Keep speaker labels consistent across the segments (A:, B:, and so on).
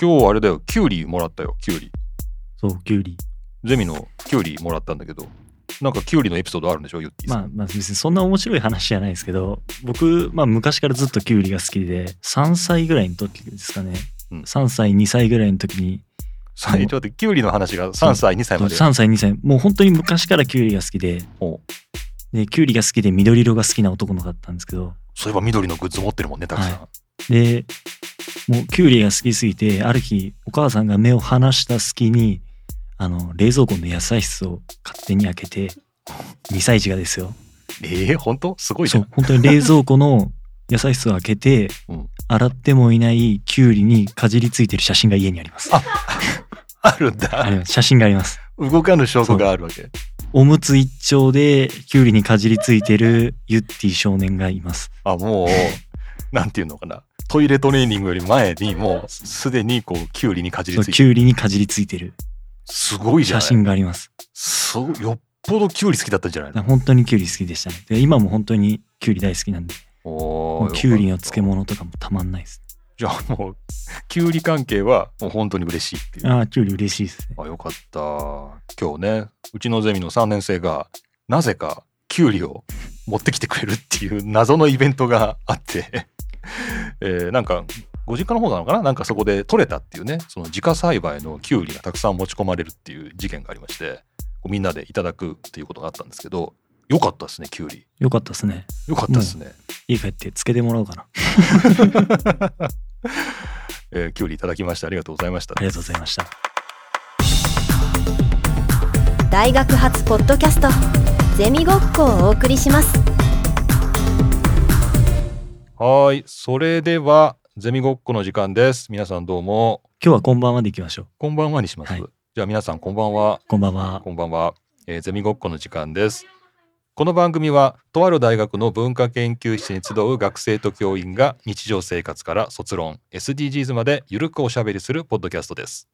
A: 今日あれだよキュウリもらったよキュウリ
B: そう、キュウリ。
A: ゼミのキュウリもらったんだけどなんかキュウリのエピソードあるんでしょユッティさん、
B: まあ、まあ、別にそんな面白い話じゃないですけど、僕、まあ、昔からずっとキュウリが好きで、3歳ぐらいの時ですかね。
A: うん
B: 3歳、2歳ぐらいの時に、
A: さあちょっと待ってキュウリの話が3歳2歳まで
B: 3歳、2歳、もう本当に昔からキュウリが好きで、
A: おう
B: で、キュウリが好きで緑色が好きな男の子だったんですけど、
A: そういえば緑のグッズ持ってるもんねたくさん、
B: はで、もうキュウリが好きすぎて、ある日、お母さんが目を離した隙に、あの、冷蔵庫の野菜室を勝手に開けて、2歳児がですよ。
A: ええー、本当すごいじ
B: そ
A: ゃ、
B: うん本当に冷蔵庫の野菜室を開けて、
A: うん
B: 洗ってもいないキュウリにかじりついてる写真が家にあります。
A: ああるん
B: あ
A: だ
B: ります。写真があります。
A: 動かぬ証拠があるわけ
B: おむつ一丁でキュウリにかじりついてるユッティ少年がいます。
A: あもうなんていうのかなトイレトレーニングより前にもうすでにこうキュウリにかじり
B: そう
A: つい
B: キ
A: て
B: ュウリにかじりついてる
A: すごいじゃ
B: 写
A: ない
B: 真があります。
A: そうよっぽどキュウリ好きだったんじゃない
B: だか
A: の
B: ら本当にキュウリ好きでしたね。で今も本当にキュウリ大好きなんで、
A: おー
B: もうキュウリの漬
A: よ
B: 物とかもたまんないです。
A: かったじゃあもうキュウリ関係はもう本当に嬉しいっていう
B: ああ、キュウリ嬉しいですね。
A: あよかった今日ねうちのゼミの3年生がなぜかキュウリを持ってきてくれるっていう謎のイベントがあって、 えーなんかご実家の方なのかななんかそこで取れたっていうねその自家栽培のキュウリがたくさん持ち込まれるっていう事件がありましてこうみんなでいただくっていうことがあったんですけどよかったですねキュウリ
B: よかったですね。
A: よかったですね、
B: 家帰って漬けてもらおうかな。あ
A: えーキュウリいただきましてありがとうございました
B: りがとうございました。
C: 大学発ポッドキャストゼミごっこをお送りします
A: はーいそれではゼミごっこの時間です皆さんどうも
B: 今日はこんばんまで行きましょう。
A: こんばんはにします。
B: はい
A: じゃあ皆さんこんばんは。
B: こんばんは。
A: こんばんは、えーゼミごっこの時間です。この番組はとある大学の文化研究室に集う学生と教員が日常生活から卒論 SDGs までゆるくおしゃべりするポッドキャストです。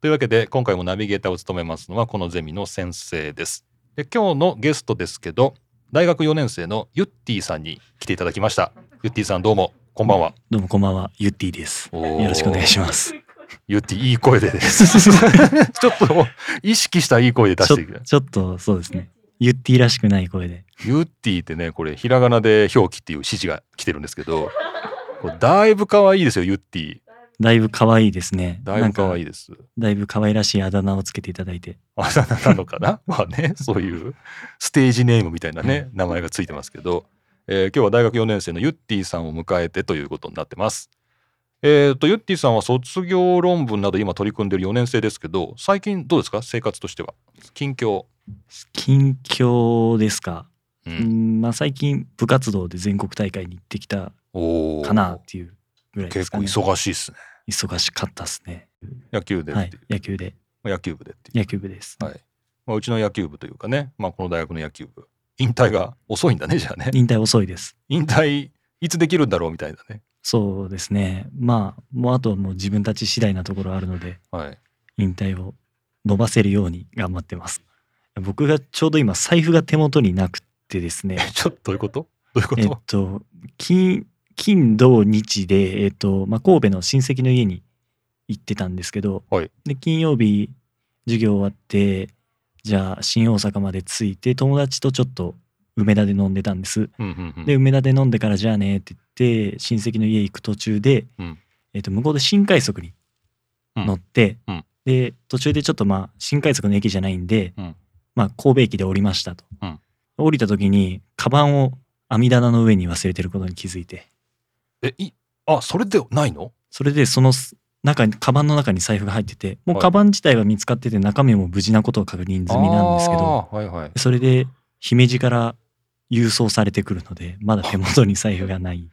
A: というわけで今回もナビゲーターを務めますのはこのゼミの先生です。で今日のゲストですけど大学4年生のユッティさんに来ていただきました。ユッティさんどうもこんばんは。
B: どうもこんばんは、ゆってぃです。よ
A: よ
B: ろしくお願いし ます。
A: 言っていい声でです。 ちょっと意識したいい声で出
B: ち
A: し
B: ょ
A: ていく。
B: ちょっとそうですね。ゆってぃらしくない声で。
A: ユッティってね、これひらがなで表記っていう指示が来てるんですけ ど、これだいぶ可愛いですよ、ユッティ。
B: だいぶ可愛いですね。
A: だいぶ可愛い
B: なんか
A: です。
B: だいぶ可愛らしいあだ名をつけていただいて。
A: あだ名なのかな まあね、そういうステージネームみたいなね、名前がついてますけど、えー今日は大学4年生のユッティさんを迎えてということになってます。えー、とユッティさんは卒業論文など今取り組んでいる4年生ですけど最近どうですか生活としては近況、
B: 近況ですか。
A: う
B: う、ん、まあ最近部活動で全国大会に行ってきた
A: おー
B: かなっていうぐらいで
A: 結
B: す
A: 構
B: かね。
A: 忙しいですね。
B: 忙しかったですね。
A: 野球で
B: は
A: っ
B: い
A: ていう、、
B: 野球で
A: 野球部でっていう、
B: 野球部です。
A: はいまあ、うちの野球部というかね、まあ、この大学の野球部引退が遅いんだねじゃあね
B: 引退遅いです。
A: 引退いつできるんだろうみたいなね、
B: そうですね。まあもうあとはもう自分たち次第なところあるので。
A: はい、
B: 引退を伸ばせるように頑張ってます僕がちょうど今財布が手元になくてですね
A: ちょっとどういうことどういう こ
B: えっ
A: と、
B: と金金土日で、えっとまあ、神戸の親戚の家に行ってたんですけど、
A: はい
B: で金曜日授業終わってじゃあ新大阪まで着いて友達とちょっと梅田で飲んでたんです
A: うんうんうん
B: で梅田で飲んでからじゃあねって言って親戚の家行く途中で、
A: うん
B: えっと向こうで新快速に乗って、
A: うんうん
B: で途中でちょっとまあ新快速の駅じゃないんで、
A: うん
B: まあ、神戸駅で降りましたと、
A: うん
B: 降りた時にカバンを網棚の上に忘れてることに気づいて
A: えいあそれでないの
B: それでその中にカバンの中に財布が入っててもう
A: はい
B: カバン自体は見つかってて中身も無事なことは確認済みなんですけど、
A: あーはいはい、
B: それで姫路から郵送されてくるのでまだ手元に財布がない。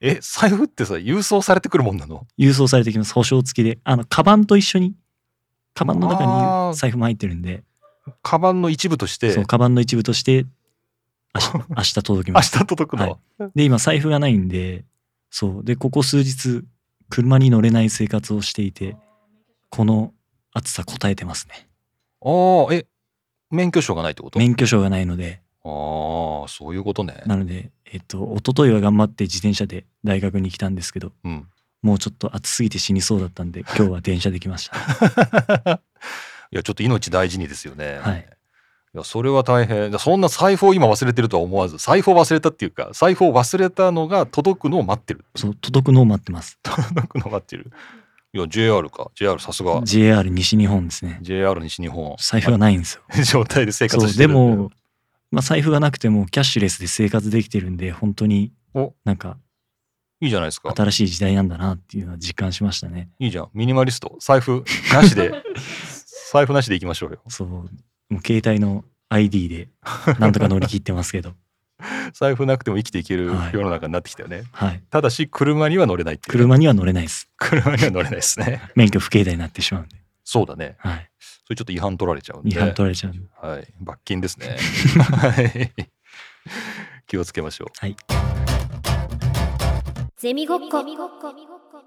A: え財布ってさ郵送されてくるもんなの
B: 郵送されてきます保証付きであのカバンと一緒にカバンの中
A: あ
B: に
A: ー
B: 財布も入ってるんで
A: カバンの一部として
B: そう
A: 明
B: カバンの一部として 明日明日届きます
A: 日届くの、
B: はで今財布がないんでそうでここ数日車に乗れない生活をしていてこの暑さ答えてますね
A: ああえ免許証がないってことあ
B: 免許証がないので
A: あーそういうことね
B: なのでえっと一昨日は頑張って自転車で大学に来たんですけど
A: うん
B: もうちょっと暑すぎて死にそうだったんで今日は電車で 来ました
A: いやちょっと命大事にですよね。
B: はい
A: やそれは大変だそんな財布を今忘れてるとは思わず財布を忘れたっていうか財布を忘れたのが届くのを待ってる
B: そう届くのを待ってます
A: 届くのを待ってるいや JR か JR さすが
B: JR 西日本ですね
A: JR 西日本
B: 財布がないんですよ
A: 状態で生
B: そ
A: 活
B: う
A: して
B: で
A: るんだよ
B: も、まあ、財布がなくてもキャッシュレスで生活できてるんで本当に
A: お
B: なんか
A: いいじゃないですか
B: 新しい時代なんだなっていうのは実感しましたね
A: いいじゃんミニマリスト財布なしで 財布なしでいきましょうよ
B: そうもう携帯の ID でなんとか乗り切ってま すけど
A: 財布なくても生きていける
B: はい
A: 世の中になってきたよね、
B: はい
A: ただし車には乗れないっていうね、
B: 車には乗れないです
A: 車には乗れないですね
B: 免許不携帯になってしまうんで、
A: そうだね
B: はい、
A: それちょっと違反取られちゃうんで
B: 違反取られちゃうんで
A: はい、罰金ですね。はい気をつけましょう。
C: ゼミごっこ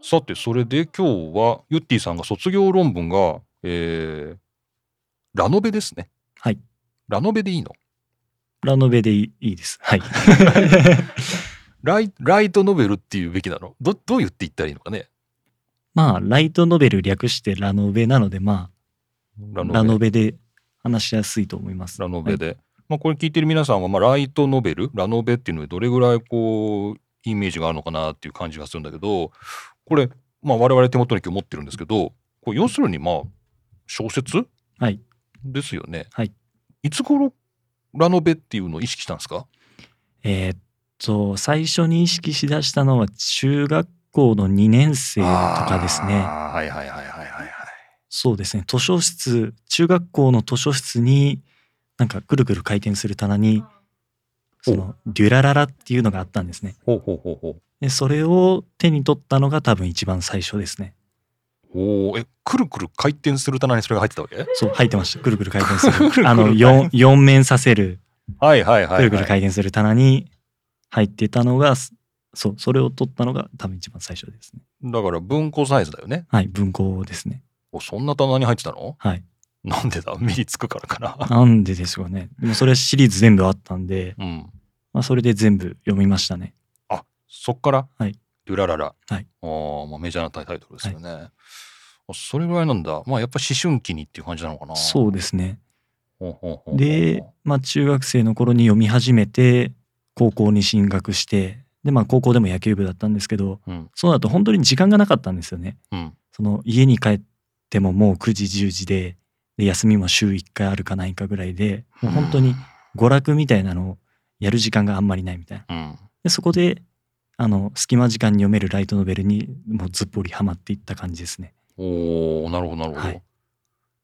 A: さて、それで今日はユッティさんが卒業論文が、えーラノベですね。
B: はい。
A: ラノベでいいの
B: ラノベでいいいいですはい
A: ライライトノベルっていうべきなのどどう言って言ったらいいのかね
B: まあライトノベル略してラノベなのでま
A: ラノ
B: あ
A: ベ
B: ラノベで話しやすいと思います
A: ラノベで。まあ、これ聞いてる皆さんは、まあ、ライトノベルラノベっていうのでどれぐらいこうイメージがあるのかなっていう感じがするんだけどこれ、まあ、我々手元に今日持ってるんですけどこれ要するにまあ小説、
B: はい
A: ですよね。
B: はい、
A: つ頃ラノベっていうのを意識したんですか
B: えーっと最初に意識しだしたのは中学校の2年生とかですね
A: あーはいはいはいはいはいはい。
B: そうですね図書室中学校の図書室になんかくるくる回転する棚にそのデュラララっていうのがあったんですね
A: ほうほうほうほう。
B: でそれを手に取ったのが多分一番最初ですね
A: おーえくるくる回転する棚にそれが入ってたわけ
B: そう入ってましたくるくる回 転す
A: くるくる
B: るあの 4, 4面させる
A: はいはいはい、はい。
B: くるくる回転する棚に入ってたのがそうそれを取ったのが多分一番最初ですね
A: だから文庫サイズだよね。
B: はい文庫ですね
A: おそんな棚に入ってたの
B: はい
A: なんでだ目につくからかな。
B: なんでですかねでもそれはシリーズ全部あったんで、
A: うん。
B: まあ、それで全部読みましたね
A: あそっから、
B: はい、
A: デュラララ、
B: はい、
A: あーまあメジャーなタイトルですよね、あそれぐらいなんだまあやっぱ思春期にっていう感じなのかなう
B: そうですね
A: ほうほうほうほう
B: で、まあ、中学生の頃に読み始めて高校に進学してでまあ高校でも野球部だったんですけど
A: うん
B: そうだと本当に時間がなかったんですよね
A: うん
B: その家に帰ってももう9時10時でで休みも週1回あるかないかぐらいでもう本当に娯楽みたいなのをやる時間があんまりないみたいな
A: うん
B: でそこであの隙間時間に読めるライトノベルにもうずっぽりハマっていった感じですね
A: おーなるほどなるほど、
B: はい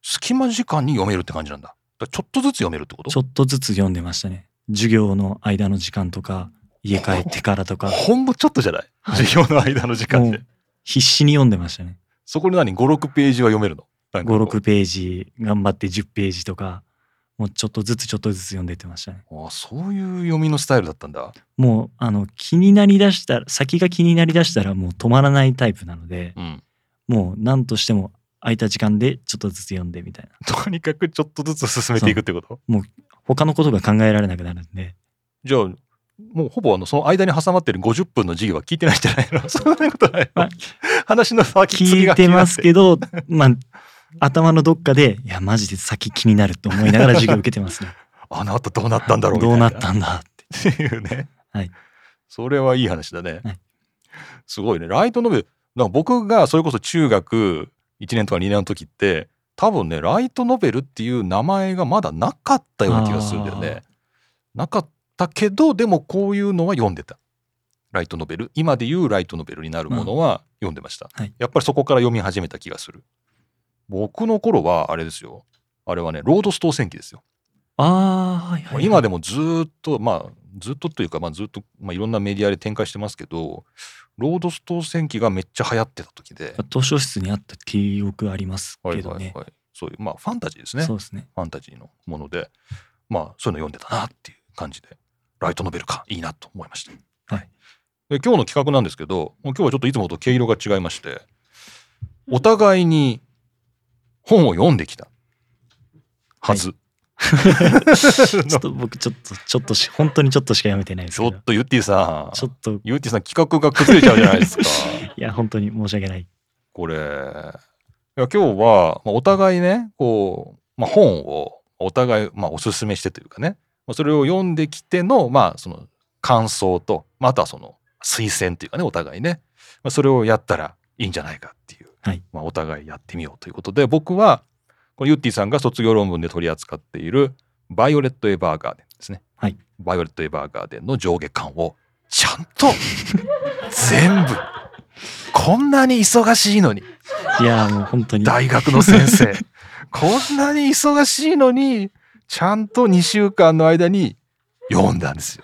A: 隙間時間に読めるって感じなんだだからちょっとずつ読めるってこと
B: ちょっとずつ読んでましたね授業の間の時間とか家帰ってからとか
A: ほんのちょっとじゃない、
B: はい
A: 授業の間の時間で
B: もう必死に読んでましたね
A: そこで何56ページは読めるのなんかこう
B: 56ページ頑張って10ページとかもうちょっとずつちょっとずつ読んでってましたね
A: あーそういう読みのスタイルだったんだ
B: もうあの気になりだしたら先が気になりだしたらもう止まらないタイプなので
A: うん
B: もう何としても空いた時間でちょっとずつ読んでみたいな
A: とにかくちょっとずつ進めていくってこと
B: 他のことが考えられなくなるんで
A: じゃあもうほぼあのその間に挟まってる50分の授業は聞いてないんじゃないのそんなことないの
B: あ
A: 話の先次
B: 聞
A: が
B: い
A: 気に
B: て
A: なっ
B: ますけど まあ頭のどっかでいやマジで先気になると思いながら授業受けてますね
A: あの後どうなったんだろうみ
B: ど
A: た
B: う
A: いな
B: なったんだって
A: っていうね、
B: はい、
A: それはいい話だね、
B: はい
A: すごいねライトノベルだから僕がそれこそ中学1年とか2年の時って多分ねライトノベルっていう名前がまだなかったような気がするんだよねなかったけどでもこういうのは読んでたライトノベル今でいうライトノベルになるものは読んでました、
B: はい
A: やっぱりそこから読み始めた気がする僕の頃はあれですよあれはねロードストー戦記ですよ
B: ああはい
A: も
B: は
A: う
B: い
A: 今でもずーっとまあずっとというか、まあ、ずっと、まあ、いろんなメディアで展開してますけどロードストー戦記がめっちゃ流行ってた時で、
B: 図書室にあった記憶あります
A: はい
B: け
A: は
B: ど
A: い
B: ね
A: はい、そういうまあファンタジーですね
B: そうですね
A: ファンタジーのものでまあそういうの読んでたなっていう感じでライトノベルかいいなと思いました、
B: はい
A: で今日の企画なんですけどもう今日はちょっといつもと毛色が違いましてお互いに本を読んできたはず、
B: ちょっと僕ちょっとちょっとし本当にちょっとしか読めてないです
A: ち
B: け
A: ょ
B: ど
A: っとゆってぃさん
B: ちょっと
A: ゆうてぃさん企画が崩れちゃうじゃないですか。
B: いや、本当に申し訳ない。
A: これいや今日は、まあ、お互いねこう、まあ、本をお互い、まあ、おすすめしてというかねまあそれを読んできての,、まあその感想と、まあ、あとはその推薦というかねお互いね、まあ、それをやったらいいんじゃないかっていう、
B: はい
A: まあ、お互いやってみようということで僕はこのユッティさんが卒業論文で取り扱っている「バイオレット・エヴァーガーデン」ですね。
B: はい
A: バイオレット・エヴァーガーデンの上下巻をちゃんと全部こんなに忙しいのに
B: いや、もう本当に。
A: 大学の先 生こんなに忙しいのにちゃんと2週間の間に読んだんですよ。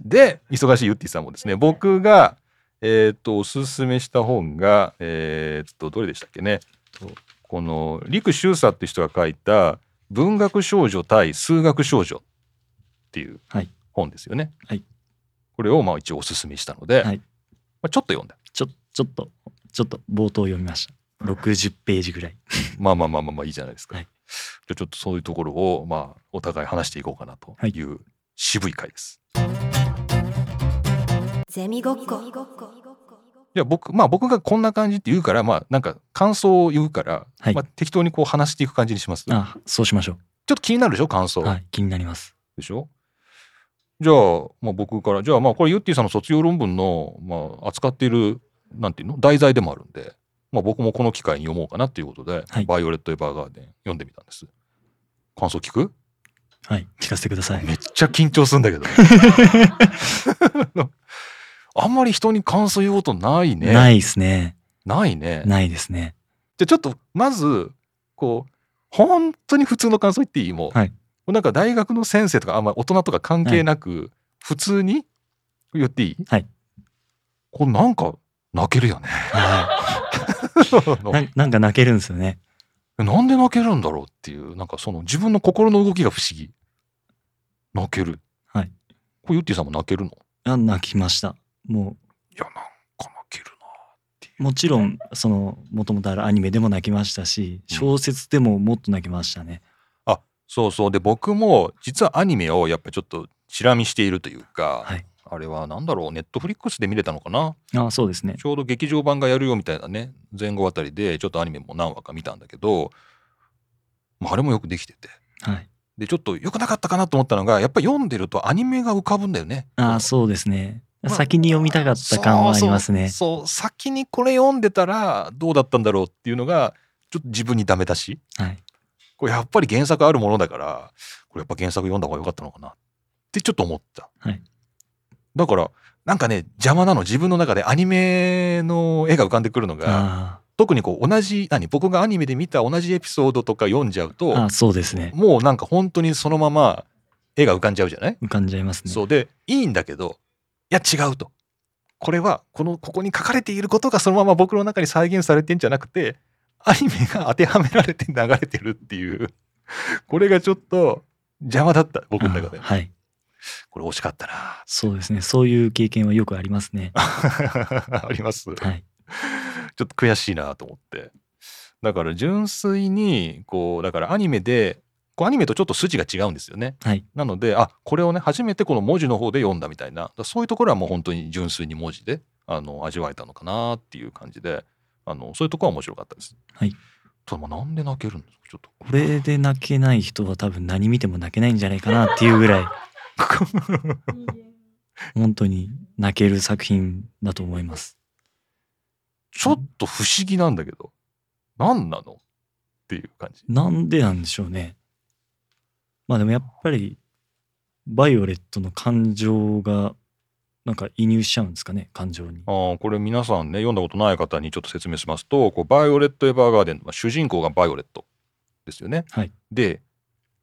A: で忙しいユッティさんもですね僕が、えー、とおすすめした本が、えー、とどれでしたっけねこの陸秀佐っていう人が書いた「文学少女対数学少女」っていう
B: はい
A: 本ですよね。
B: はい
A: これをまあ一応おすすめしたので、
B: はい
A: まあ、ちょっと読んだ。
B: ちょ、ちょっと、ちょっと冒頭読みました。60ページぐらい。
A: まあまあまあまあまあいいじゃないですか。
B: はい
A: じゃあちょっとそういうところをまあお互い話していこうかなという渋い回です。
C: ゼミごっこ
A: い、や僕まあ僕がこんな感じって言うからまあなんか感想を言うから、
B: はい
A: まあ適当にこう話していく感じにします。ちょっ
B: あ、そうしましょ
A: と気になるでしょ感想、
B: う。はい、気になります。
A: でしょ。じゃあまあ僕からじゃあまあこれユッティさんの卒業論文のまあ扱っているなんていうの題材でもあるんで。まあ、僕もこの機会に読もうかなっていうことで「
B: はい
A: バイオレット・エヴァーガーデン」読んでみたんです感想聞く
B: はい、聞かせてください。
A: めっちゃ緊張するんだけど。 あんまり人に感想言うことないね。。
B: ないいですね。
A: ね。
B: ないですね。
A: じゃあちょっとまずこう本当に普通の感想言っていいもう、
B: はい
A: もうなんか大学の先生とかあんまり大人とか関係なく、普通に言っていい、
B: はい、
A: これなんか泣けるよね。
B: はい。ななんか泣けるんですよね。
A: なんで泣けるんだろうっていうなんかその自分の心の動きが不思議。泣ける。
B: はい。
A: これユッティさんも泣けるの
B: あ泣きました。も
A: いやなんか泣けるな。
B: う、もちろん、その、もともとあるアニメでも泣きましたし、
A: うん
B: 小説でももっと泣きましたね。
A: そうそうで僕も実はアニメをやっぱちょっとチラ見しているというか、
B: はい
A: あれはなんだろうネットフリックスで見れたのかな
B: あそうですね。
A: ちょうど劇場版がやるよみたいなね前後あたりでちょっとアニメも何話か見たんだけど、まあ、あれもよくできてて
B: はい。
A: でちょっと良くなかったかなと思ったのがやっぱ読んでるとアニメが浮かぶんだよね。
B: あそうですね。
A: まあ
B: 先に読みたかった感はありますね。
A: そうそうそう先にこれ読んでたらどうだったんだろうっていうのがちょっと自分にダメ出し
B: はい。
A: これやっぱり原作あるものだからこれやっぱ原作読んだ方が良かったのかなってちょっと思った、
B: はい
A: だからなんかね邪魔なの自分の中でアニメの絵が浮かんでくるのが
B: あ
A: 特にこう同じ何僕がアニメで見た同じエピソードとか読んじゃう
B: ーあ
A: と
B: ー、そうですね。
A: もうなんか本当にそのまま絵が浮かんじゃうじゃない、
B: 浮かんじゃいますね。
A: そうでいいんだけどいや違うとこれはこのここに書かれていることがそのまま僕の中に再現されてんじゃなくてアニメが当てはめられて流れてるっていうこれがちょっと邪魔だった僕の中で
B: あーはい。
A: これ惜しかったな
B: そうですね。そういう経験はよくありますね。
A: あります、
B: はい。
A: ちょっと悔しいなと思ってだから純粋にこうだからアニメでこうアニメとちょっと筋が違うんですよね
B: はい。
A: なのであこれをね初めてこの文字の方で読んだみたいなだからそういうところはもう本当に純粋に文字であの味わえたのかなっていう感じであのそういうところは面白かったです。
B: はい
A: ただまあなんで泣けるんですかちょっと
B: これで泣けない人は多分何見ても泣けないんじゃないかなっていうぐらい本当に泣ける作品だと思います。
A: ちょっと不思議なんだけど何なのっていう感じ。
B: なんでなんでしょうね。まあでもやっぱりバイオレットの感情がなんか移入しちゃうんですかね感情に。
A: あーこれ皆さんね読んだことない方にちょっと説明しますとこうバイオレット・エヴァーガーデン、まあ、主人公がバイオレットですよね。
B: はい
A: で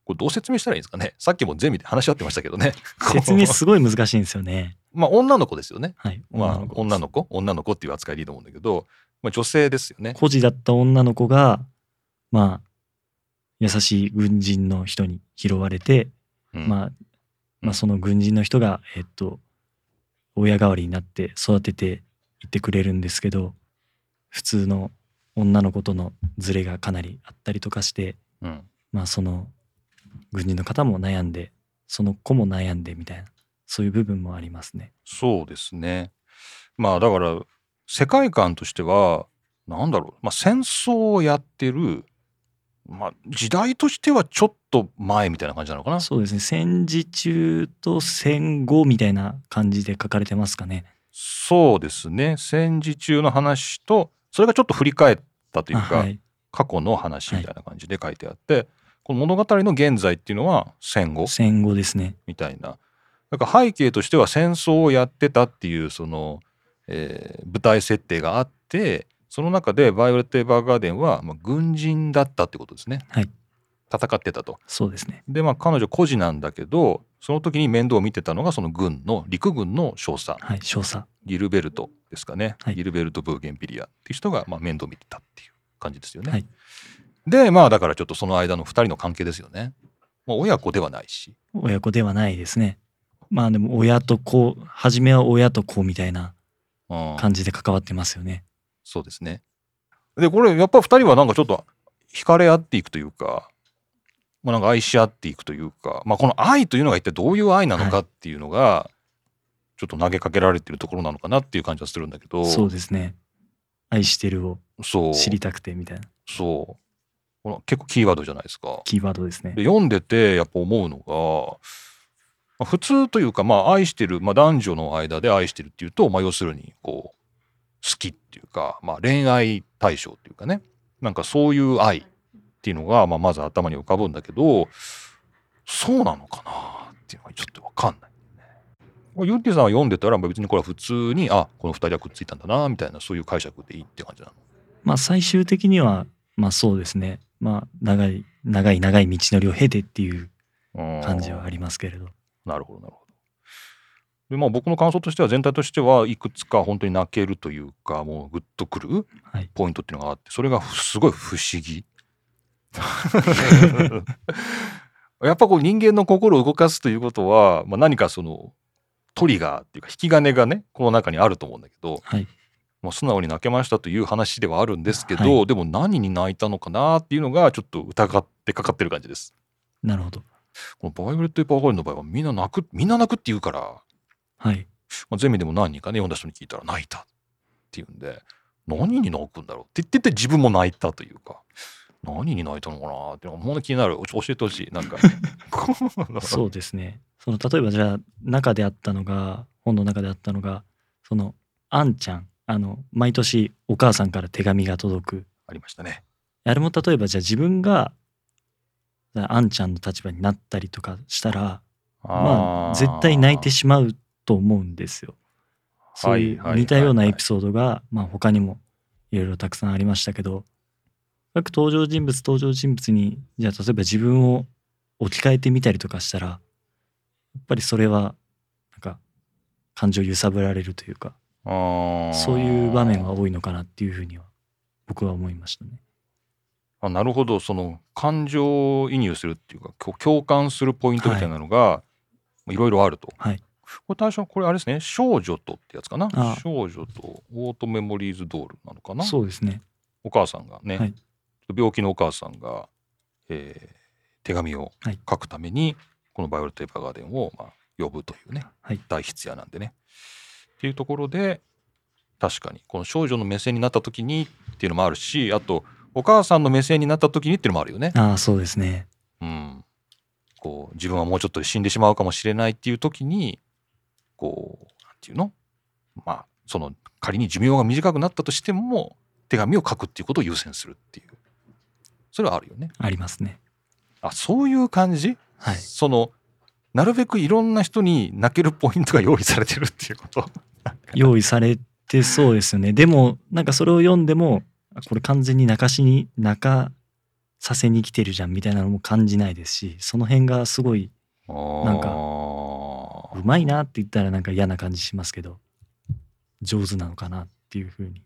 A: これどう説明したらいいんですかねさっきもゼミで話し合ってましたけどね。
B: 説 明すごい難しいんですよね。
A: まあ女の子ですよね。
B: はい。
A: まあ、女の子女の子っていう扱いでいいと思うんだけど、まあ、女性ですよね
B: 孤児だった女の子がまあ優しい軍人の人に拾われて
A: うん
B: まあ、まあ、その軍人の人が、えっと、親代わりになって育てていってくれるんですけど、普通の女の子とのズレがかなりあったりとかして、
A: うん
B: まあ、その軍人の方も悩んで、その子も悩んでみたいな、そういう部分もありますね。
A: そうですねまあだから世界観としてはなんだろう、まあ、戦争をやってる、まあ、時代としてはちょっと前みたいな感じなのかな。
B: そうですね戦時中と戦後みたいな感じで書かれてますかね。
A: そうですね戦時中の話とそれがちょっと振り返ったというか、
B: あはい、
A: 過去の話みたいな感じで書いてあって、この物語の現在っていうのは戦後
B: 戦後ですね。
A: みたいな。なんか背景としては戦争をやってたっていうその、えー舞台設定があってその中でバイオレット・エヴァーガーデンは、まあ、軍人だったってことですね。
B: はい
A: 戦ってたと。
B: そうですね。
A: でまあ彼女孤児なんだけどその時に面倒を見てたのがその軍の陸軍の少佐
B: はい、少佐。
A: ギルベルトですかね、
B: はい
A: ギルベルト・ブーゲンビリアっていう人が、まあ、面倒見てたっていう感じですよね。
B: はい
A: でまあだからちょっとその間の2人の関係ですよね。まあ、親子ではないし
B: 親子ではないですね。まあでも親と子、初めは親と子みたいな
A: うん
B: 感じで関わってますよね。
A: そうですね。でこれやっぱ2人はなんかちょっと惹かれ合っていくというか、まあ、なんか愛し合っていくというか、まあ、この愛というのが一体どういう愛なのかっていうのが、ちょっと投げかけられてるところなのかなっていう感じはするんだけど
B: そうですね。愛してるを
A: そう
B: 知りたくてみたいな
A: そうこの結構キーワードじゃないですか。
B: キーワードですね
A: で。読んでてやっぱ思うのがまあ普通というかまあ愛してる、まあ、男女の間で愛してるっていうと、まあ、要するにこう好きっていうか、まあ、恋愛対象っていうかねなんかそういう愛っていうのが、まあ、まず頭に浮かぶんだけどそうなのかなっていうのがちょっと分かんない。これユッティさんは読んでたらまあ別にこれは普通にあこの2人はくっついたんだなみたいなそういう解釈でいいって感じなの。
B: まあ最終的には、まあそうですね。まあ長い、長い長い道のりを経てっていう感じはありますけれど。
A: なるほどなるほど。でまあ僕の感想としては全体としてはいくつか本当に泣けるというかもうグッとくる
B: はい。
A: ポイントっていうのがあってそれがすごい不思議。やっぱこう人間の心を動かすということは、まあ、何かそのトリガーっていうか引き金がねこの中にあると思うんだけど、
B: はい。
A: まあ、素直に泣けましたという話ではあるんですけど、
B: は
A: でも何に泣いたのかなっていうのがちょっと疑ってかかってる感じです。
B: なるほど。
A: このバイオレット・エヴァーガーデンの場合はみんな泣くみんな泣くって言うから
B: はい。
A: まあ、ゼミでも何人かね読んだ人に聞いたら泣いたっていうんで何に泣くんだろうって言ってて自分も泣いたというか何に泣いたのかなってもう気になるお教えてほしい なんか
B: そうですね。その例えばじゃあ中であったのが、本の中であったのが、その、あんちゃん。あの、毎年お母さんから手紙が届く。
A: ありましたね
B: あれも例えばじゃあ自分が、じゃああんちゃんの立場になったりとかしたら、まあ絶対泣いてしまうと思うんですよ。そうい
A: はいはいう
B: 似たようなエピソードが、まあ、他にもいろいろたくさんありましたけど各登場人物登場人物にじゃあ例えば自分を置き換えてみたりとかしたらやっぱりそれはなんか感情揺さぶられるというか
A: あ
B: そういう場面は多いのかなっていうふうには僕は思いましたね。
A: あなるほどその感情移入するっていうかこう共感するポイントみたいなのが、いろいろあると、
B: はい
A: これ対象これあれですね少女とってやつかな
B: あ
A: 少女とオートメモリーズドールなのかな
B: そうですね。
A: お母さんがね、
B: はい
A: 病気のお母さんが、えー手紙を
B: はい
A: 書くために、この「バイオレット・エヴァーガーデン」を、まあ、呼ぶというね
B: はい、
A: 大筆屋なんでね。っていうところで確かにこの少女の目線になった時にっていうのもあるしあとお母さんの目線になった時にっていうのもあるよね。
B: ああそうですね。
A: うん、こう自分はもうちょっとで死んでしまうかもしれないっていう時にこうなんていうのまあその仮に寿命が短くなったとしても手紙を書くっていうことを優先するっていうそれはあるよね。
B: ありますね。
A: あそういう感じ、
B: はい
A: そのなるべくいろんな人に泣けるポイントが用意されてるっていうこと。
B: 用意されてそうですよね。でもなんかそれを読んでもあこれ完全に泣かしに泣かさせに来てるじゃんみたいなのも感じないですしその辺がすごい なんか
A: あー
B: うまいなって言ったらなんか嫌な感じしますけど上手なのかなっていうふうに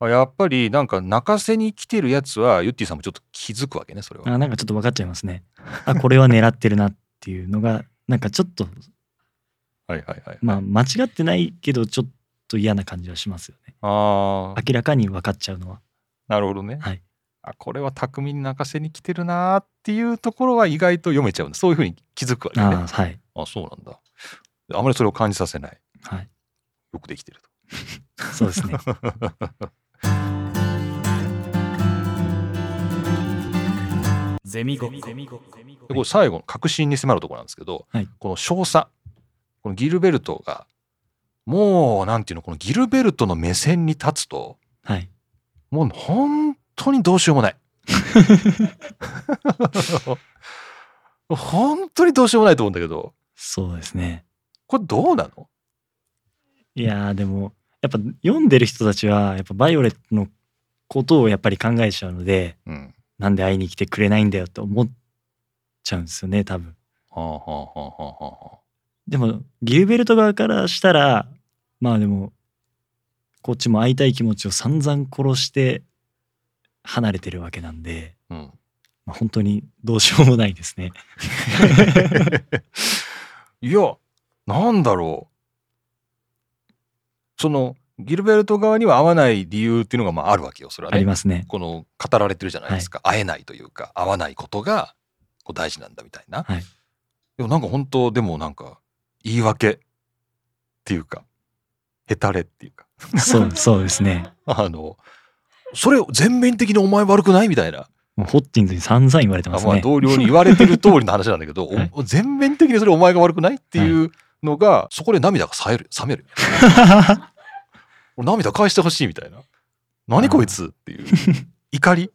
A: あやっぱりなんか泣かせに来てるやつはユッティさんもちょっと気づくわけねそれは。
B: あなんかちょっと分かっちゃいますね。あこれは狙ってるなっていうのがなんかちょっと
A: はいはいはいはい、
B: まあ間違ってないけどちょっと嫌な感じはしますよね。
A: あー
B: 明らかに分かっちゃうのは。
A: なるほどね。
B: はい
A: あこれは巧みに泣かせに来てるなーっていうところは意外と読めちゃうんだそういうふうに気づくわけ
B: あ
A: ね。
B: ーはい
A: あそうなんだ。あまりそれを感じさせない。
B: はい
A: よくできてると。
B: そうですね。
D: ゼミごっこ。
A: でこれ最後の核心に迫るところなんですけど、
B: はい
A: この少佐このギルベルトがもうなんていうのこのギルベルトの目線に立つと
B: はい。
A: もう本当にどうしようもない 本当にどうしようもないと思うんだけど
B: そうですね。
A: これどうなの
B: いやーでもやっぱ読んでる人たちはやっぱバイオレットのことをやっぱり考えちゃうので
A: うん
B: なんで会いに来てくれないんだよと思っちゃうんですよね多分。
A: はあはあはあはあはあ
B: でもギルベルト側からしたらまあでもこっちも会いたい気持ちを散々殺して離れてるわけなんで、
A: うん
B: まあ、本当にどうしようもないですね。
A: いやなんだろうそのギルベルト側には合わない理由っていうのがまああるわけよそれは
B: あ
A: ね
B: りますね。
A: この語られてるじゃないですか、会えないというか会わないことがこう大事なんだみたいな、
B: はい
A: でもなんか本当でもなんか言い訳っていうかへたれっていうか
B: そうそうですね。
A: あのそれを全面的にお前悪くないみたいな、
B: もうホッティンズに散々言われてま
A: あ
B: す
A: まあ
B: ね。
A: 同僚に言われてる通りの話なんだけど、
B: はい
A: お全面的にそれお前が悪くないっていうのが、そこで涙が冷える冷 める俺涙返してほしいみたいな何こいつって いう怒り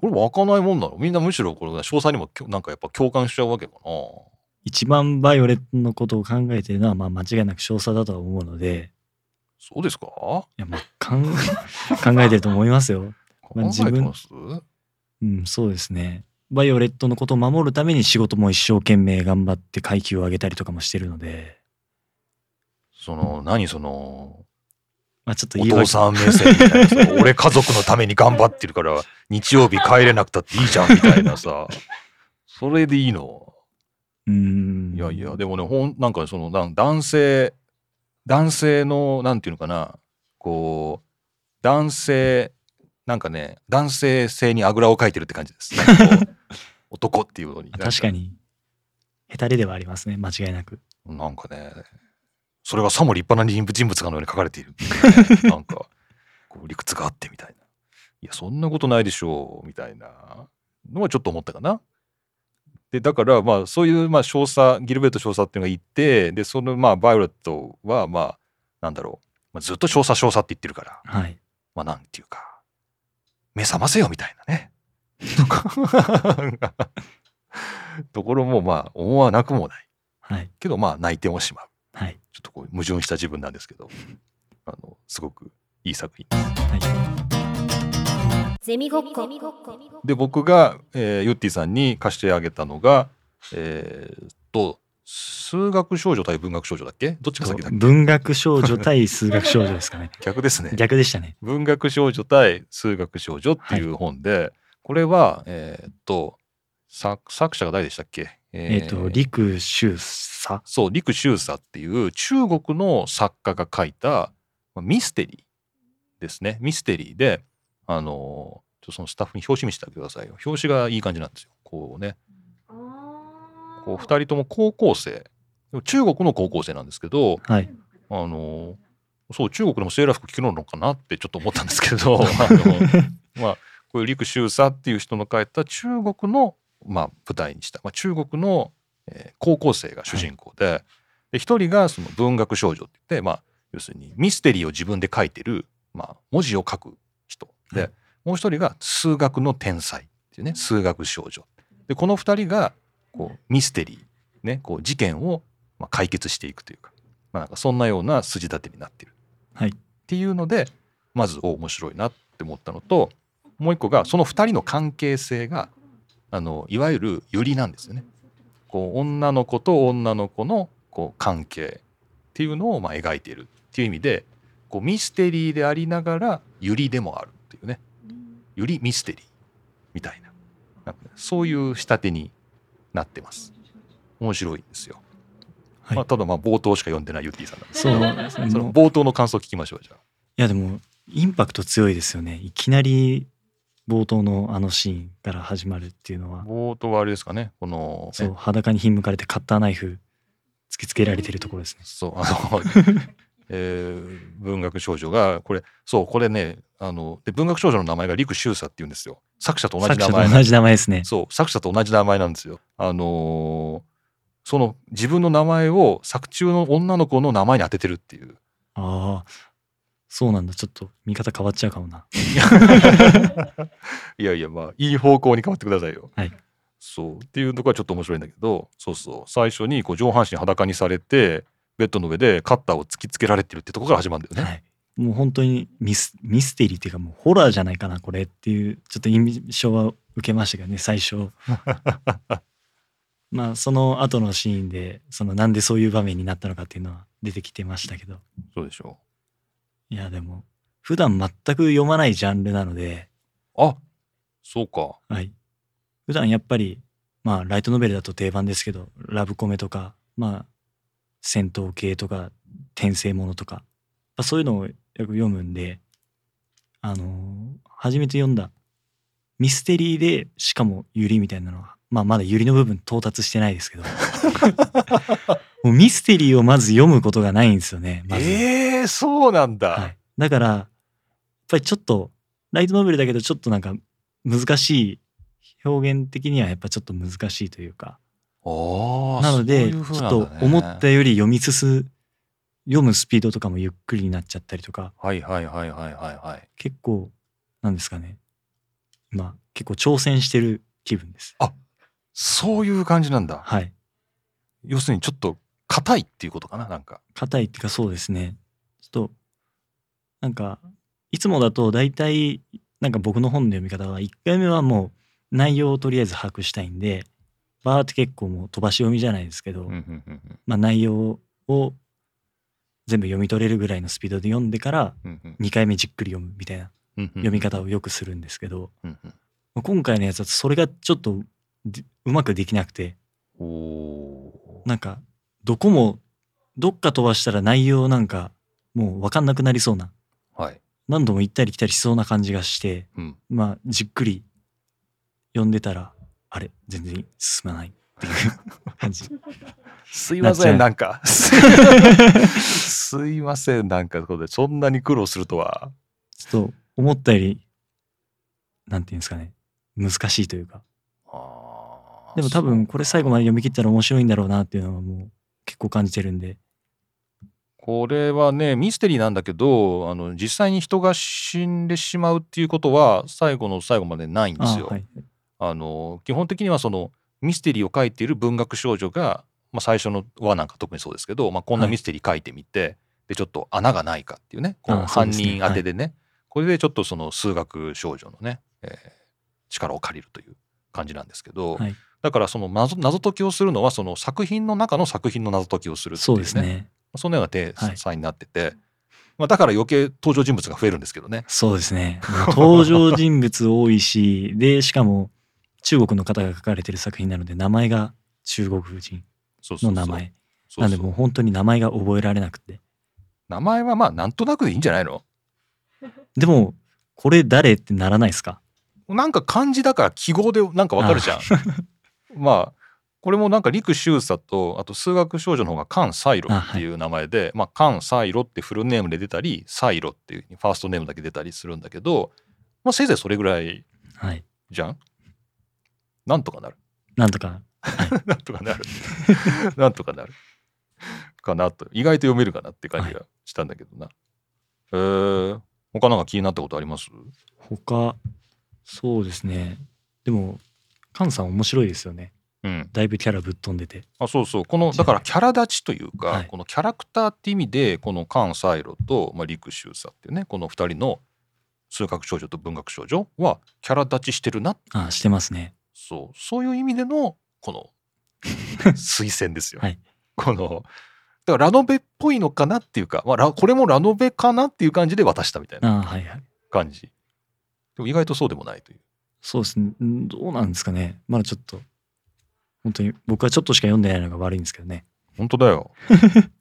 A: これ湧かないもんなのみんなむしろこれ詳細にもきょなんかやっぱ共感しちゃうわけかな
B: 一番バイオレットのことを考えてるのはまあ間違いなく少佐だとは思うので
A: そうですか考
B: いやまあか ん考えてると思いますよ。ま
A: え
B: あ自
A: て
B: 分
A: ます、
B: うんそうですね。バイオレットのことを守るために仕事も一生懸命頑張って階級を上げたりとかもしてるので、
A: その何その
B: まあ、ちょっと
A: お
B: 言い訳
A: 父さん目線みた いなさ俺家族のために頑張ってるから日曜日帰れなくたっていいじゃんみたいなさそれでいいの
B: うん
A: いやいやでもねほんなんかそのなん男性男性のなんていうのかなこう男性なんかね男性性にあぐらをかいてるって感じです。なんかこう 男っていうのに
B: あ確か
A: に
B: にへたれではありますね間違いなく
A: なんかねそれがさも立派な人物人物かのように書かれているなんかこう理屈があってみたいないやそんなことないでしょうみたいなのはちょっと思ったかな。でだからまあそういうまあ少佐ギルベルト少佐っていうのがいてでそのまあバイオレットはまあなんだろう、まあ、ずっと少佐少佐って言ってるから
B: はい
A: まあなんていうか目覚ませよみたいなねとかところもまあ思わなくもない
B: はい
A: けどまあ泣いてもしまう。
B: はい、
A: ちょっとこう矛盾した自分なんですけ ど、あのすごくいい作品。
B: はい、
C: ゼミごっこ
A: で僕が、えーユッティさんに貸してあげたのが、えーっと数学少女対文学少女だっけ？どっちが先だっけ？
B: 文学少女対数学少女ですかね
A: 逆ですね。
B: 逆でしたね
A: 文学少女対数学少女っていう本で、これはえーっと作作者が誰でしたっけ？
B: えっ、と陸秀佐
A: そう陸秀佐っていう中国の作家が書いたまあミステリーですねミステリーであのちょっとそのスタッフに表紙見せてあげてくださいよ表紙がいい感じなんですよこうねこう2人とも高校生中国の高校生なんですけど
B: はい
A: あのそう中国でもセーラー服着るのかなってちょっと思ったんですけ どあのまあこういう陸秀佐っていう人の書いた中国の、まあ、舞台にした、まあ、中国の、えー高校生が主人公で,、で一人がその文学少女って言って、まあ、要するにミステリーを自分で書いてる、まあ、文字を書く人で、
B: はい
A: もう一人が数学の天才っていうね数学少女でこの二人がこうミステリー、ね、こう事件をまあ解決していくというか,、まあ、なんかそんなような筋立てになってる、
B: はい
A: っていうのでまずお面白いなって思ったのともう一個がその二人の関係性があのいわゆるユリなんですよね。こう女の子と女の子のこう関係っていうのをまあ描いているっていう意味でこうミステリーでありながらユリでもあるっていうねユリミステリーみたいななんかねそういう仕立てになってます。面白いんですよ。
B: はい
A: まあ、ただまあ冒頭しか読んでないユッティさんなんです
B: そ
A: け
B: う
A: どその
B: もう
A: 冒頭の感想聞きましょうじゃあ。
B: いやでもインパクト強いですよねいきなり冒頭のあのシーンから始まるっていうのは
A: 冒頭はあれですかねこの
B: そう
A: ね
B: 裸にひんむかれてカッターナイフ突きつけられてるところですね
A: そうあのえー文学少女がこれそうこれねあので文学少女の名前が陸秀佐っていうんですよ作者と同じ
B: 作
A: 名前
B: 者と
A: なん
B: 同じ名前ですね。
A: そう作者と同じ名前なんですよ。あのーその自分の名前を作中の女の子の名前に当ててるっていう
B: ああ、そうなんだ。ちょっと見方変わっちゃうかもな。
A: いやいやまあいい方向に変わってくださいよ。
B: はい
A: そうっていうところはちょっと面白いんだけどそうそう最初にこう上半身裸にされてベッドの上でカッターを突きつけられてるってところから始まるんだよ
B: は
A: ね。
B: い。もう本当にミスミステリーっていうかもうホラーじゃないかなこれっていうちょっと印象は受けましたけどね 最初まあその後のシーンでそのなんでそういう場面になったのかっていうのは出てきてましたけど
A: そうでしょ
B: いやでも普段全く読まないジャンルなので、
A: う。あそうか。
B: はい、普段やっぱりまあライトノベルだと定番ですけどラブコメとかまあ戦闘系とか転生ものとか、まあ、そういうのをよく読むんであのー初めて読んだミステリーでしかもユリみたいなのはまあまだユリの部分到達してない ですけどもうミステリーをまず読むことがないんですよねまず。
A: えー、そうなんだ。
B: はい、だからやっぱりちょっとライトノベルだけどちょっとなんか難しい表現的にはやっぱちょっと難しいというか
A: ああ
B: なので
A: そういう風
B: ちょ
A: な
B: っ
A: んだね
B: と思ったより読み進読むスピードとかもゆっくりになっちゃったりとか
A: はいはいはいはいはいはい。
B: 結構なんですかねまあ結構挑戦してる気分です
A: そういう感じなんだ。
B: はい
A: 要するにちょっと硬いっていうことかななんか。
B: 硬いっていうかそうですねちょっとなんかいつもだと大体なんか僕の本の読み方は1回目はもう内容をとりあえず把握したいんでバーって結構もう飛ばし読みじゃないですけど、
A: うんうんうん
B: まあ、内容を全部読み取れるぐらいのスピードで読んでから
A: うんうん
B: 2回目じっくり読むみたいな
A: うんうん
B: 読み方をよくするんですけど、
A: うんうん
B: まあ今回のやつだとそれがちょっとでうまくできなくて
A: おお
B: なんかどこもどっか飛ばしたら内容なんかもう分かんなくなりそうな
A: ー。はい。
B: 何度も行ったり来たりしそうな感じがして
A: うん。
B: まあじっくり読んでたらあれ全然進まないっていう 感じ
A: すいま
B: なっちゃ
A: せ
B: うん
A: なんか すいませんなんかそうでそんなに苦労するとは
B: ちょっと思ったよりなんていうんですかね難しいというか
A: あー
B: でも多
A: そう
B: 分
A: か
B: これ最後まで読み切ったら面白いんだろうなっていうのはもう結構感じてるんで
A: これはねミステリーなんだけどあの実際に人が死んでしまうっていうことは最後の最後までないんで
B: あ
A: す
B: ー
A: よ。あ、
B: はい
A: の基本的にはそのミステリーを書いている文学少女が、まあ、最初の話なんか特にそうですけど、まあ、こんな
B: はい
A: ミステリー書いてみて、でちょっと穴がないかっていうねこの
B: あそう
A: 犯
B: ですね
A: 人当てでねこれでちょっとその数学少女のね、えー力を借りるという感じなんですけど、
B: はい
A: だからその謎謎解きをするのはその作品の中の作品の謎解きをするってい
B: そうう
A: ね
B: ですね
A: そんなような体
B: はい
A: 裁になってて、まあ、だから余計登場人物が増えるんですけどね。
B: そうで すねもう登場人物多いしでしかも中国の方が書かれてる作品なので名前が中国人
A: そうそう
B: の
A: そう
B: 名前
A: そうそう
B: なんでもう本当に名前が覚えられなくて
A: 名前はまあなんとなくでいいんじゃないの
B: でもこれ誰ってならないですか
A: なんか漢字だから記号でなんかわかるじゃん。 まあこれもなんか陸秀佐とあと数学少女の方が菅サイロっていう名前でまあ、菅サイロってフルネームで出たりサイロっていうファーストネームだけ出たりするんだけど、まあ、せいぜいそれぐらい
B: はい
A: じゃんなんとかなる。
B: なんとか
A: なんとかなる。なんとかなる。かなと。意外と読めるかなって感じがしたんだけどな。えー、他なんか気になったことあります
B: 他そうですねでも菅さん面白いですよね
A: うん。
B: だいぶキャラぶっ飛んでて
A: あ、そうそう。この、だからキャラ立ちというか、
B: はい
A: このキャラクターって意味で、この関西路と、まあ、陸秀佐っていうね、この二人の数学少女と文学少女はキャラ立ちしてるな。
B: あしてますね
A: そう。そういう意味での、こ の、推薦ですよ。
B: はい
A: この、だからラノベっぽいのかなっていうか、まあラ、これもラノベかなっていう感じで渡したみたいな。
B: あはいはい
A: 感じ。でも意外とそうでもないという。
B: そうですねんどうなんですかねまだちょっと本当に僕はちょっとしか読んでないのが悪いんですけどね
A: 本当だ よ。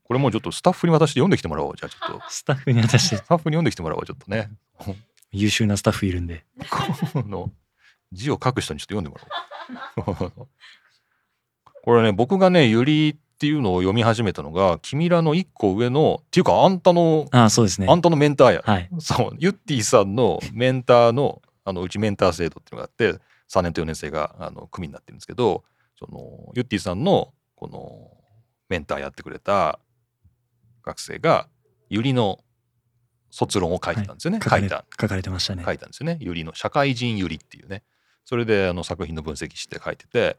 A: これもうちょっとスタッフに渡して読んできてもらおう。じゃあちょっと。
B: スタッフに私
A: スタッフに読んできてもらおう。ちょっとね。
B: 優秀なスタッフいるんで
A: この 字を書く人にちょっと読んでもらおう。これね、僕がね、ゆりっていうのを読み始めたのが君らの一個上のっていうかあんたの
B: ああそうですね
A: あんたのメンターや
B: はい
A: そうユッティさんのメンターのあのうちメンター制度っていうのがあって3年と4年生があの組になってるんですけどそのユッティさんのこのメンターやってくれた学生がユリの卒論を書いてたんですよね、
B: 書か
A: 書い
B: れ
A: た
B: 書かれてましたね
A: 書いたんですよねユリの「社会人ユリ」っていうねそれであの作品の分析して書いてて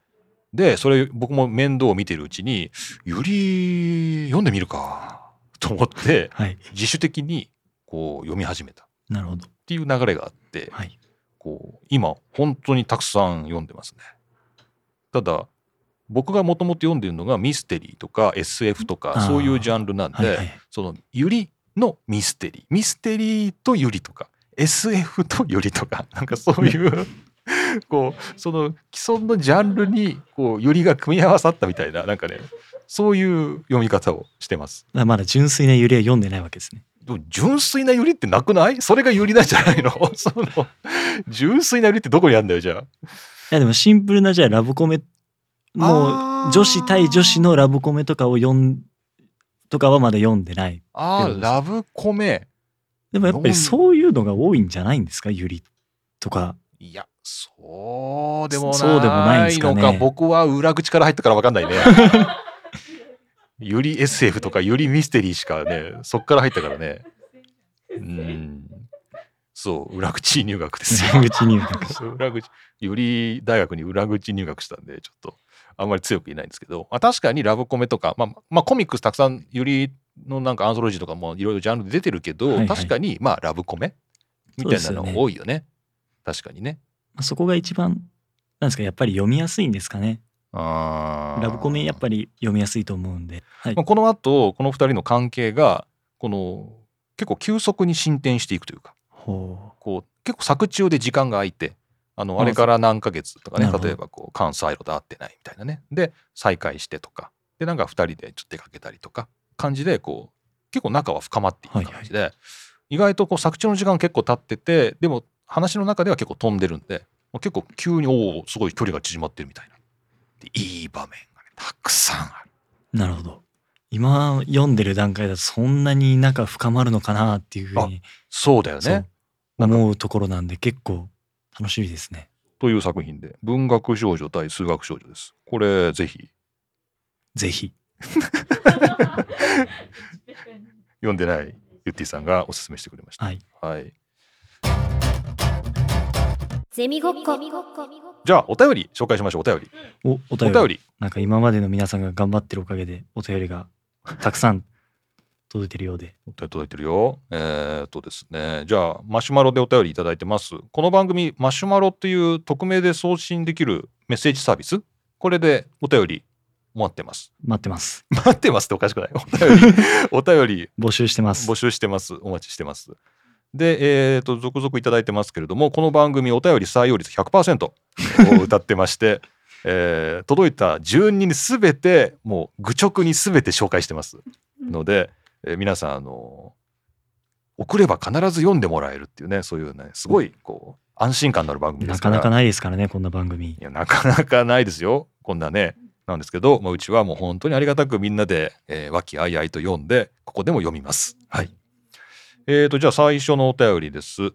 A: でそれ僕も面倒を見てるうちにユリ読んでみるかと思って
B: はい
A: 自主的にこう読み始めた。
B: なるほど
A: っていう流れがあって
B: はい
A: こう今本当にたくさん読んでますねただ僕がもともと読んでるのがミステリーとか SF と
B: あ
A: か
B: ー
A: そういうジャンルなんで、
B: はいはい
A: そのユリのミステリーミステリーとユリとか SF とユリとか なんかそういうこうその既存のジャンルにこうユリが組み合わさったみたいななんかねそういう読み方をしてます。
B: まあまだ純粋な揺れは読んでないわけですね
A: でも純粋なユリってなくないそれがユリなんじゃないの その純粋なユリってどこにあるんだよじゃあ。
B: いやでもシンプルなじゃあラブコメも
A: あ
B: う
A: ー
B: 女子対女子のラブコメとかを読んとかはまだ読んでない
A: あ
B: って
A: ー
B: ことです
A: ラブコメ
B: でもやっぱりそういうのが多いんじゃないんですかゆりとか
A: いやそうでもない
B: そうでもないんですかね
A: のか僕は裏口から入ったから分かん ないねユリ SF とかユリミステリーしかねそっから入ったからねうんそう裏口入学ですよ
B: 裏口入学
A: 裏口より大学に裏口入学したんでちょっとあんまり強く言えないんですけど、まあ、確かにラブコメとか、まあまあ、コミックスたくさんよりのなんかアンソロジーとかもいろいろジャンルで出てるけど、
B: はいはい
A: 確かにまあラブコメみたいな
B: そうですよね
A: の多いよね確かにね
B: まあそこが一番なんですかやっぱり読みやすいんですかね
A: あー
B: ラブコメやっぱり読みやすいと思うんで、はい
A: まあ、この後この2人の関係がこの結構急速に進展していくというか
B: ほ
A: こう結構作中で時間が空いてあのあれから何ヶ月とか
B: な
A: ね
B: るほど
A: 例えばこう関西路と会ってないみたいなねで再会してとかでなんか2人でちょっと出かけたりとか感じでこう結構仲は深まっていく感じで、意外とこう作中の時間結構経っててでも話の中では結構飛んでるんでもう結構急におおすごい距離が縮まってるみたいなでいい場面がねたくさんある
B: うなるほど今読んでる段階だとそんなに仲深まるのかなっていうふうに
A: そうだよ
B: そ
A: ね
B: う。思うところなんで結構楽しみですね
A: という作品で「文学少女対数学少女」です。これぜひ
B: ぜひ
A: 読んでないゆってぃさんがおすすめしてくれました。
B: はい
A: はい、
C: ゼミごっこ
A: じゃあお便り紹介しましょうお便り
B: おお
A: お
B: 便り
A: 便り
B: なんか今までの皆さんが頑張ってるおかげでお便りがたくさん届いてるようで
A: お便り届いてるよえーっとですねじゃあマシュマロでお便りいただいてますこの番組マシュマロっていう匿名で送信できるメッセージサービスこれでお便り待ってます
B: 待ってます
A: 待ってますっておかしくない お便りお便り
B: 募集してます
A: 募集してます。お待ちしてます。で、えー、と続々いただいてますけれどもこの番組お便り採用率100%を歌ってまして、 えー届いた順に全てもう愚直に全て紹介してますので、えー皆さんあの送れば必ず読んでもらえるっていうねそういうねすごいこう安心感のある番組で
B: な
A: すか
B: からなかないですからねこんな番組
A: いやなかなかないですよこんなねなんですけど、まあ、うちはもう本当にありがたくみんなでえー和気、あいあいと読んでここでも読みます。はい、えー、とじゃあ最初のお便りです。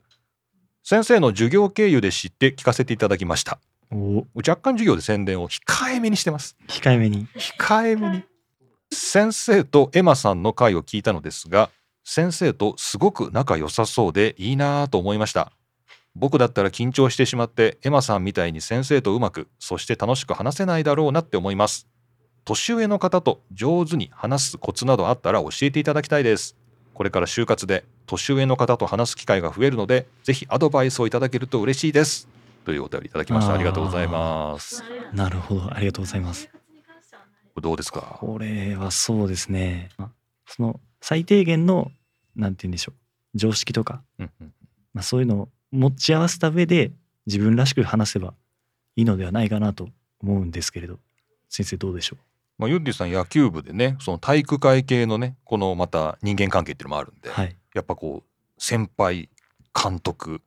A: 先生の授業経由で知って聞かせていただきました。
B: お
A: 若干授業で宣伝を控えめにしてます。
B: 控えめに
A: 控えめに。先生とエマさんの回を聞いたのですが先生とすごく仲良さそうでいいなぁと思いました僕だったら緊張してしまってエマさんみたいに先生とうまくそして楽しく話せないだろうなって思います年上の方と上手に話すコツなどあったら教えていただきたいですこれから就活で年上の方と話す機会が増えるのでぜひアドバイスをいただけると嬉しいですというお便りいただきましたありがとうございます
B: なるほどありがとうございます
A: これどうですか
B: これはそうですねまあその最低限のなんて言うんでしょう常識とか、
A: うんうん
B: まあ、そういうのを持ち合わせた上で自分らしく話せばいいのではないかなと思うんですけれど先生どうでしょ
A: まあ、ユッディさん野球部でねその体育会系のねこのまた人間関係っていうのもあるん
B: う
A: で、
B: はい
A: やっぱこう先輩監督、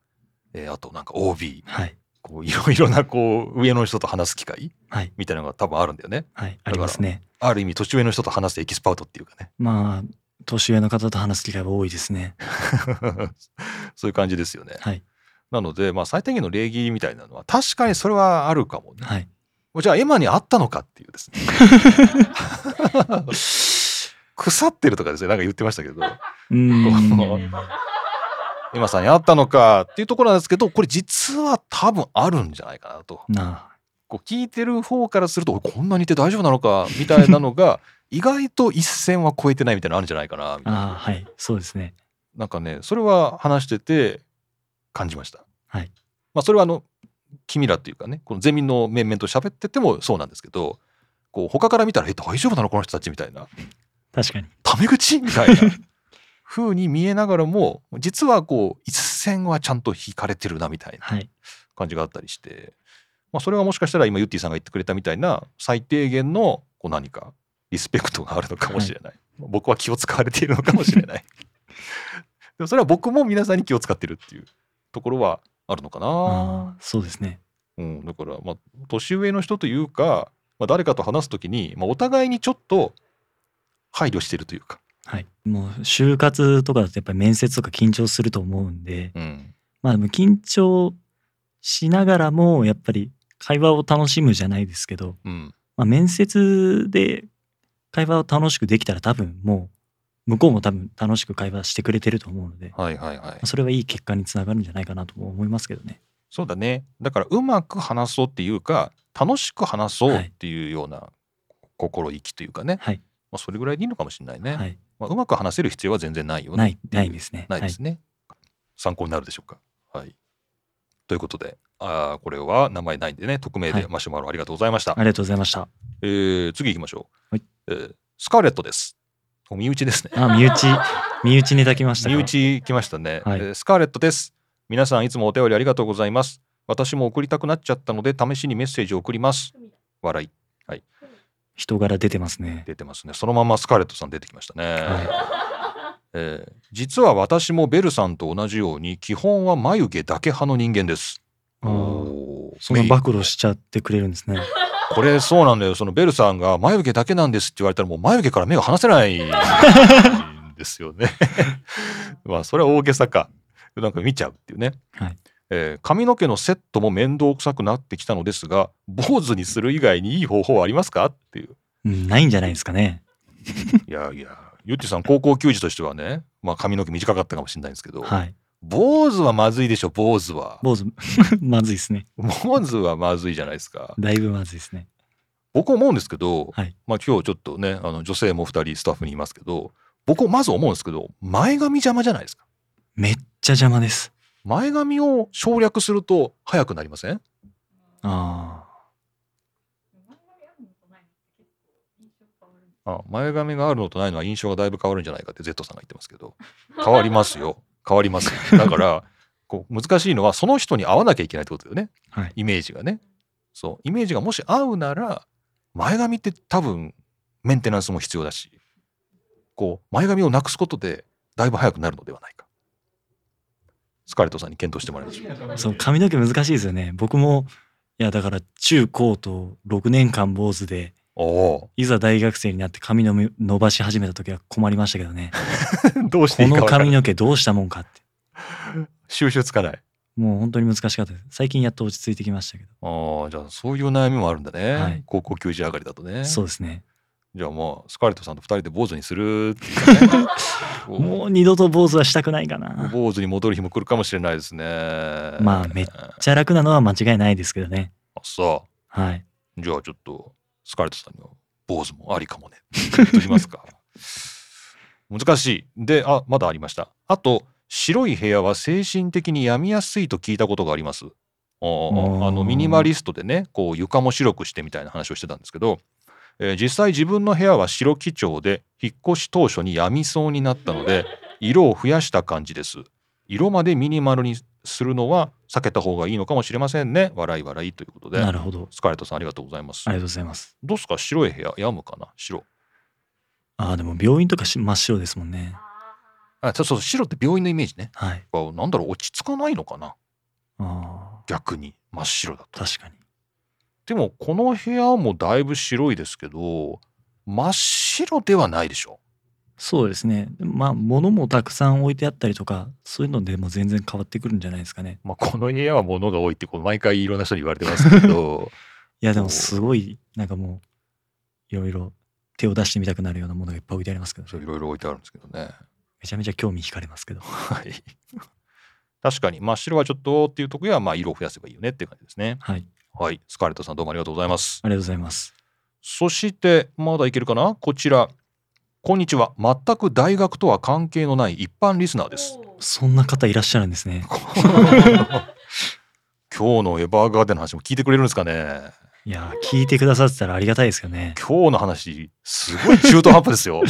A: えーあとなんか OB
B: はい
A: こういろいろなこう上の人と話す機会
B: はい
A: みたいなのが多分あるんだよね。
B: はいありますね
A: ある意味年上の人と話すエキスパートっていうかね
B: まあ年上の方と話す機会は多いですね
A: そういう感じですよね。
B: はい
A: なので、まあ、最低限の礼儀みたいなのは確かにそれはあるかもね。
B: はい
A: じゃあエマにあったのかっていうですね。 腐ってるとかですねなんか言ってましたけど
B: うーん
A: エマさんにあったのかっていうところなんですけどこれ実は多分あるんじゃないかなと。
B: な
A: こう聞いてる方からするとおいこんなにいて大丈夫なのかみたいなの が意外と一線は超えてないみたいなのあるんじゃないかなみた
B: あ
A: いな
B: ああはいそうですね
A: なんかねそれは話してて感じました。
B: はい
A: まあ、それはあの君らっていうかねこのゼミの面々と喋っててもそうなんですけどこう他から見たら「え大丈夫なのこの人たち」みたいな
B: 確かに
A: 「タメ口?」みた いな風に見えながらも実はこう一線はちゃんと引かれてるなみたいな
B: はい
A: 感じがあったりして、まあ、それがもしかしたら今ゆってぃさんが言ってくれたみたいな最低限のこう何かリスペクトがあるのかもしれない、僕は気を使われているのかもしれない でもそれは僕も皆さんに気を使ってるっていうところはあるのかな、
B: ああそうですね
A: うん、だからまあ年上の人というか、まあ、誰かと話す時に、まあ、お互いにちょっと配慮してるというか、
B: はいもう就活とかだとやっぱり面接とか緊張すると思うんで
A: うん、
B: まあでも緊張しながらもやっぱり会話を楽しむじゃないですけど
A: うん、
B: まあ、面接で会話を楽しくできたら多分もう向こうも多分楽しく会話してくれてると思うので、ま
A: はいはいはい
B: あそれはいい結果につながるんじゃないかなとも思いますけどね。
A: そうだねだからうまく話そうっていうか楽しく話そうっていうような心意気というかね、
B: はい
A: まあ、それぐらいでいいのかもしれないね、
B: はい、
A: まあ、うまく話せる必要は全然ないよね
B: ないないですね。
A: ないですね、参考になるでしょうかはいということであーこれは名前ないんでね匿名
B: は
A: で
B: い
A: マシュマロありがとうございました、
B: はい、ありがとうございました。
A: えー次行きましょう、
B: はい
A: えースカーレットですお身内ですね
B: あ 身内身内ネタきましたか
A: 身内来ましたね、
B: はい
A: えースカーレットです皆さんいつもお便りありがとうございます私も送りたくなっちゃったので試しにメッセージを送ります笑い
B: 人柄出てますね。
A: 出てますねそのままスカーレットさん出てきましたね、
B: は
A: えー実は私もベルさんと同じように基本は眉毛だけ派の人間です
B: あー
A: おー
B: い、そんな暴露しちゃってくれるんですね。
A: これそうなんだよそのベルさんが眉毛だけなんですって言われたらもう眉毛から目が離せ ないんですよね まあそれは大げさかなんか見ちゃうっていうね、
B: はい
A: えー髪の毛のセットも面倒くさくなってきたのですが坊主にする以外にいい方法はありますかって いう
B: うん、ないんじゃないですかね。
A: いやいやゆってぃさん高校球児としてはね、まあ、髪の毛短かったかもしれないんですけど、
B: はい。
A: 坊主はまずいでしょ坊主は
B: 坊主 まずいですね。
A: 坊主はまずいじゃないですか
B: だいぶまずいですね。
A: 僕思うんですけど、
B: はい
A: まあ今日ちょっとねあの女性も2人スタッフにいますけど僕まず思うんですけど前髪邪魔じゃないですか
B: めっちゃ邪魔です。
A: 前髪を省略すると早くなりませんあ
B: あ
A: 前髪があるのとないのは印象がだいぶ変わるんじゃないかって Z さんが言ってますけど変わりますよ変わりますよ だからこう難しいのはその人に合わなきゃいけないってことだよね、
B: はい
A: イメージがねそうイメージがもし合うなら前髪って多分メンテナンスも必要だしこう前髪をなくすことでだいぶ早くなるのではないかスカーレットさんに検討してもらいま しょう
B: あ。そう髪の毛難しいですよね。僕もいやだから中高と6年間坊主で
A: おお
B: いざ大学生になって髪のみ伸ばし始めた時は困りましたけどね
A: ーどう していい
B: こ
A: か
B: の
A: わから
B: 髪
A: ない
B: の毛どうしたもんかって
A: 収集つかない
B: もう本当に難しかったです最近やっと落ち着いてきましたけど
A: あーじゃあそういう悩みもあるんだね、
B: はい
A: 高校球児上がりだとね
B: そうですね
A: じゃあもうスカーレットさんと二人で坊主にするっていうかねこう
B: もう二度と坊主はしたくないかなめっ
A: 坊主に戻る日も来るかもしれないですね。
B: まあめっちゃ楽なのは間違いないですけどね
A: あさ
B: はい
A: あじゃあちょっとスカーレットさんには坊主もありかもね。言っときますか。 難しい。であまだありました。あと白い部屋は精神的に病みやすいと聞いたことがあります。あー
B: ー
A: あのミニマリストでねこう床も白くしてみたいな話をしてたんですけど、えー実際自分の部屋は白基調で引っ越し当初に病みそうになったので色を増やした感じです。色までミニマルにするのは避けた方がいいのかもしれませんね。笑い笑いということで。
B: なるほど
A: スカーレットさんありがとうございます
B: あ。りがとうございます
A: どうすか白い部屋やむかな白。
B: あーでも病院とかし真っ白ですもんね
A: あそうそう白って病院のイメージね。
B: はい
A: あなんだろう落ち着かないのかな。
B: あ
A: 逆に真っ白だと。
B: 確かに
A: でもこの部屋もだいぶ白いですけど真っ白ではないでしょ
B: そうですねまあ物もたくさん置いてあったりとかそういうのでも全然変わってくるんじゃないですかね
A: まあ、この部屋は物が多いってこう毎回いろんな人に言われてますけど
B: いやでもすごいなんかもういろいろ手を出してみたくなるようなものがいっぱい置いてありますけど
A: そういろいろ置いてあるんですけどね。
B: めちゃめちゃ興味惹かれますけど
A: はい、確かに真っ白はちょっとっていうところはまあ色を増やせばいいよねっていう感じですね。
B: はいあり
A: はい、スカーレットさんどうもありがとうございます。
B: がとうございます
A: そしてまだいけるかなこちら。こんにちは全く大学とは関係のない一般リスナーです。
B: そんな方いらっしゃるんですね
A: 今日のエヴァーガーデンの話も聞いてくれるんですかね
B: いやー聞いてくださってたらありがたいですよね
A: 今日の話すごい中途半端です よ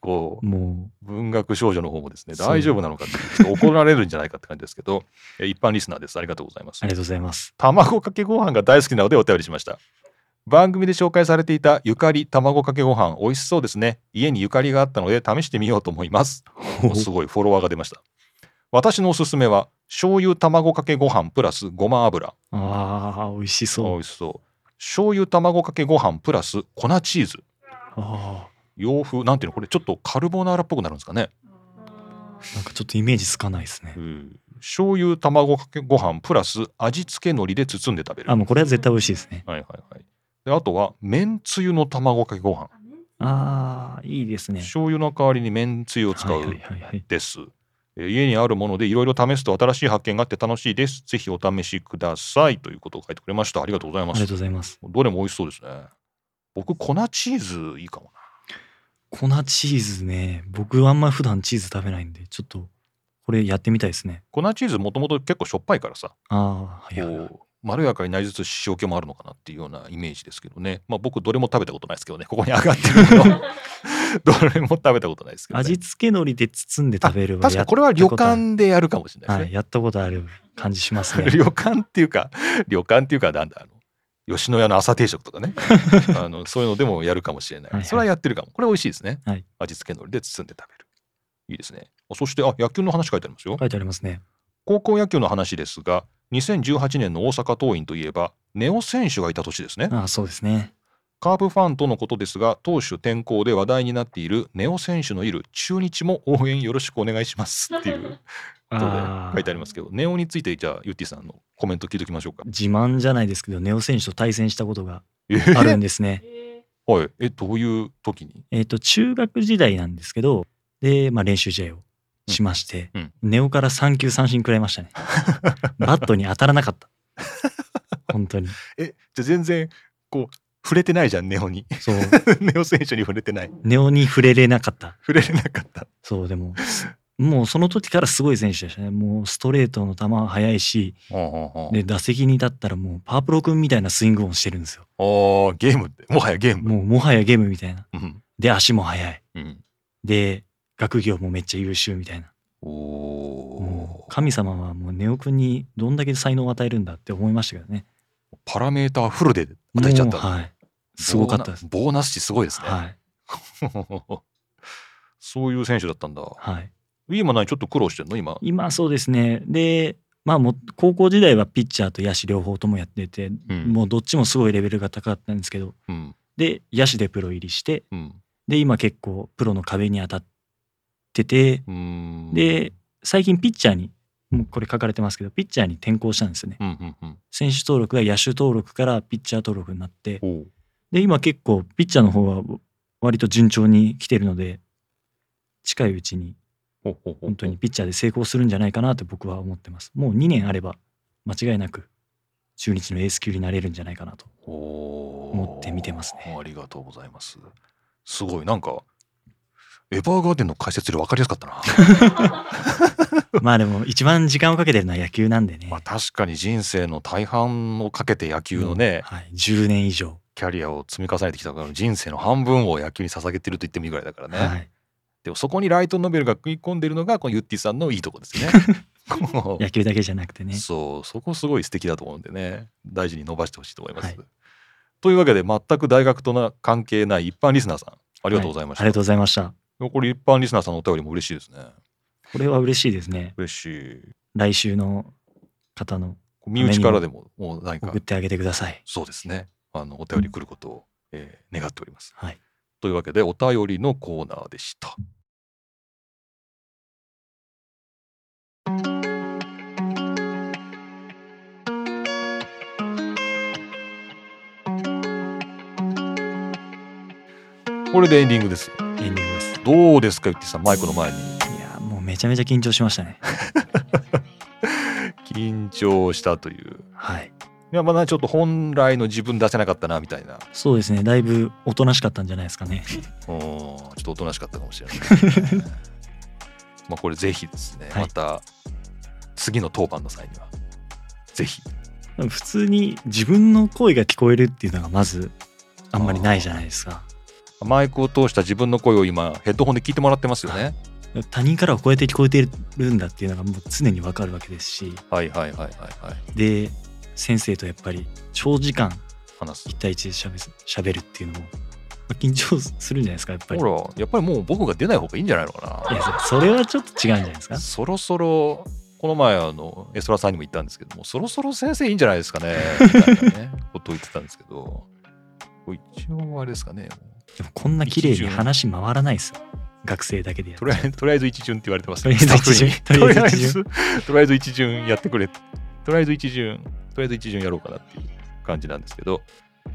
A: こう
B: も
A: 文学少女の方もですね
B: そう
A: 大丈夫なのかってちょっと怒られるんじゃないかって感じですけどえ一般リスナーですありがとうございます
B: うありがとうござ います
A: 卵かけご飯が大好きなのでお便りしました番組で紹介されていたゆかり卵かけご飯美味しそうですね家にゆかりがあったので試してみようと思いますおすごいフォロワーが出ました私のおすすめは醤油卵かけご飯プラスごま油
B: あー美味し
A: 美
B: そう
A: 味しそう醤油卵かけご飯プラス粉チーズ
B: あ
A: 洋風なんていうのこれちょっとカルボナーラっぽくなるんですかね、
B: ーなんかちょっとイメージつかないですね
A: うん、醤油卵かけご飯プラス味付け海苔で包んで食べる
B: あ
A: はい
B: もうこれは絶対美味しいですね
A: はいはいであとはめんつゆの卵かけご飯、
B: あーいいですね
A: 醤油の代わりにめんつゆを使
B: は
A: う
B: いはいはいはい
A: です、えー家にあるものでいろいろ試すと新しい発見があって楽しいですぜひお試しくださいということを書いてくれましたありがとうござい
B: あ
A: ま
B: り
A: す
B: がとうございます
A: どれも美味しそうですね僕粉チーズいいかもな
B: 粉チーズね僕あんま普段チーズ食べないんでちょっとこれやってみたいですね
A: 粉チーズもともと結構しょっぱいからさ
B: ああはいはいはい
A: こうまろやかになりつつ塩気もあるのかなっていうようなイメージですけどね、まあ、僕どれも食べたことないですけどねここに上がってるけど どれも食べたことないですけど、ね、
B: 味付け海苔で包んで食べる
A: あ確かにこれは旅館でやるかもしれない
B: は
A: です
B: い
A: ね、
B: やったことある感じします ね
A: 旅館っていうか旅館っていうかなんだあの吉野家の朝定食と かねあのそういうのでもやるかもしれない
B: はいはい
A: それはやってるかもこれ美味しいですね、
B: はい
A: 味付け海苔で包んで食べるいいですねあそしてあ野球の話書いてありますよ
B: 書いてありますね
A: 高校野球の話ですが2018年の大阪桐蔭といえばネオ選手がいた年ですね
B: ああそうですね
A: カープファンとのことですが投手転向で話題になっているネオ選手のいる中日も応援よろしくお願いしますっていうことで
B: あー
A: 書いてありますけどネオについてじゃあゆってぃさんのコメント聞いておきましょうか。
B: 自慢じゃないですけどネオ選手と対戦したことが
A: え
B: あるんですね
A: はい、えどういう時に
B: えっと中学時代なんですけどで、まあ、練習試合をしまして、
A: うん
B: ネオから3球三振食らいまし たねバットに当たらなかった本当に
A: えじゃあ全然こう触れてないじゃんネオに
B: そう
A: ネオ選手に触れてない
B: ネオに触れれなかった
A: 触れれなかった。
B: そうでもすもうその時からすごい選手でしたねもうストレートの球は速いしで打席に立ったらもうパワプロ君みたいなスイング音してるんですよ
A: あーゲームってもはやゲーム。
B: もうもはやゲームみたいな
A: うん
B: で足も速い
A: うん、
B: で学業もめっちゃ優秀みたいな
A: お
B: も
A: お
B: う神様はもうネオ君にどんだけ才能を与えるんだって思いましたけどね
A: パラメーターフルで与えちゃった。
B: もうはいすごかったです
A: ボーナボーナス値すごいですね。
B: はい
A: そういう選手だったんだ。
B: はい
A: 今何ちょっと苦労してんの今。
B: 今そうですねでまあもう高校時代はピッチャーと野手両方ともやってて、
A: うん
B: もうどっちもすごいレベルが高かったんですけど
A: うん
B: で野手でプロ入りして
A: うん
B: で今結構プロの壁に当たってて
A: うーん、
B: で最近ピッチャーにもうこれ書かれてますけどピッチャーに転向したんですよね
A: うんうんうん
B: 選手登録が野手登録からピッチャー登録になって
A: おう
B: で今結構ピッチャーの方は割と順調に来てるので近いうちに
A: ほうほうほう
B: 本当にピッチャーで成功するんじゃないかなと僕は思ってますもう2年あれば間違いなく中日のエース級になれるんじゃないか なと
A: 思
B: って見てますね
A: ありがとうございます。すごいなんかエヴァーガーデンの解説より分かりやすかった な。
B: まあでも一番時間をかけてるのは野球なんでね
A: まあ確かに人生の大半をかけて野球のね、
B: はい、10年以上、
A: キャリアを積み重ねてきたから人生の半分を野球に捧げてると言ってもいいぐらいだからね。
B: はい、
A: でもそこにライトノベルが食い込んでるのがこのユッティさんのいいとこです ね。こう
B: 野球だけじゃなくてね
A: そうそこすごい素敵だと思うんでね大事に伸ばしてほしいと思います。
B: はい
A: というわけで全く大学とな関係ない一般リスナーさんありがとうございました。
B: はいありがとうございました
A: これ一般リスナーさんのお便りも嬉しいですね。
B: これは嬉しいですね
A: 嬉しい。
B: 来週の方の
A: こ身内からでももう何か
B: 送ってあげてください。
A: そうですねあのお便り来ることを、えー願っております。
B: はい。
A: というわけでお便りのコーナーでした。これでエンディングです。
B: エンディングです。
A: どうですかゆってさんマイクの前に
B: いやーもうめちゃめちゃ緊張しましたね。
A: 緊張したという。
B: はい。
A: いやまだちょっと本来の自分出せなかったなみたいな。
B: そうですね。だいぶおとなしかったんじゃないですかね。
A: うんちょっとおとなしかったかもしれない。 まあこれぜひですね、
B: はい
A: また次の当番の際には、ぜひ。
B: 普通に自分の声が聞こえるっていうのがまずあんまりないじゃないですか。
A: マイクを通した自分の声を今、ヘッドホンで聞いてもらってますよね。
B: 他人からはこうやって聞こえてるんだっていうのがもう常にわかるわけですし、
A: はいはいはいはいはい。
B: で、先生とやっぱり長時間
A: 話す
B: 1。対1でしゃべしゃべるっていうのもまあ緊張するんじゃないですか、やっぱり。
A: ほら、やっぱりもう僕が出ない方がいいんじゃないの
B: い
A: か
B: やそそれはちょっと違うんじゃないですか
A: な。。そろそろ、この前、あの、エソラさんにも言ったんですけども、そろそろ先生いいんじゃないです かね、みたいなね、ことを言ってたんですけど、これ一応あれですかね、
B: でもこんな綺麗に話回らないですよ。学生だけでやっ
A: と
B: て
A: りあえずとりあえず一巡って言われてます
B: とりあえず一巡
A: スタッフにと
B: とり
A: り
B: あ
A: あ
B: え
A: え
B: ず一
A: ずとりあえず一巡やってくれとりあえず一巡とりあえず一巡やろうかなっていう感じなんですけど、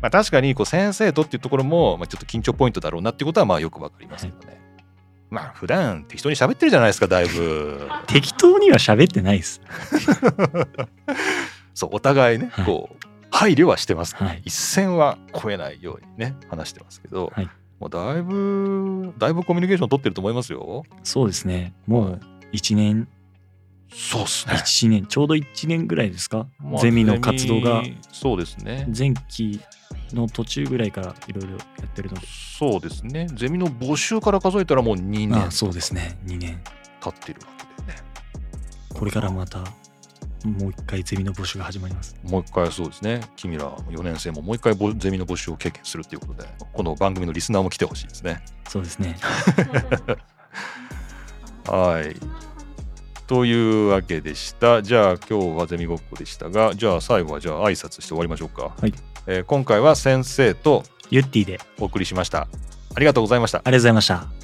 A: まあ、確かにこう先生とっていうところも、まあ、ちょっと緊張ポイントだろうなっていうことはまあよくわかりますけどね、まあ普段適当に喋ってるじゃないですかだい ぶ
B: 適当には喋ってないです。
A: そうお互いね
B: はい
A: こう配慮はしてますけど、
B: はい
A: 一線は越えないようにね話してますけど、
B: はい
A: もうだいぶだいぶコミュニケーション取ってると思いますよ
B: そうですね。もう1年、
A: そうっす
B: 1年、ちょうど1年ぐらいですか、
A: まあ
B: ゼミの活動が
A: ゼミそうですね
B: 前期の途中ぐらいからいろいろやってるので。
A: そうですねゼミの募集から数えたらもう2
B: ああ
A: 年
B: そうですね。2年。
A: 経ってるわけでね
B: これからまた、もう一回ゼミの募集が始まります。
A: もう一回そうですね君ら4年生ももう一回ぼゼミの募集を経験するということでこの番組のリスナーも来てほしいですね
B: そうですね。
A: はいというわけでしたじゃあ今日はゼミごっこでしたがじゃあ最後はじゃあ挨拶して終わりましょうか、
B: はい
A: えー今回は先生と
B: ユッティで、あり
A: お送りしましたありがとうございました
B: がとうございました。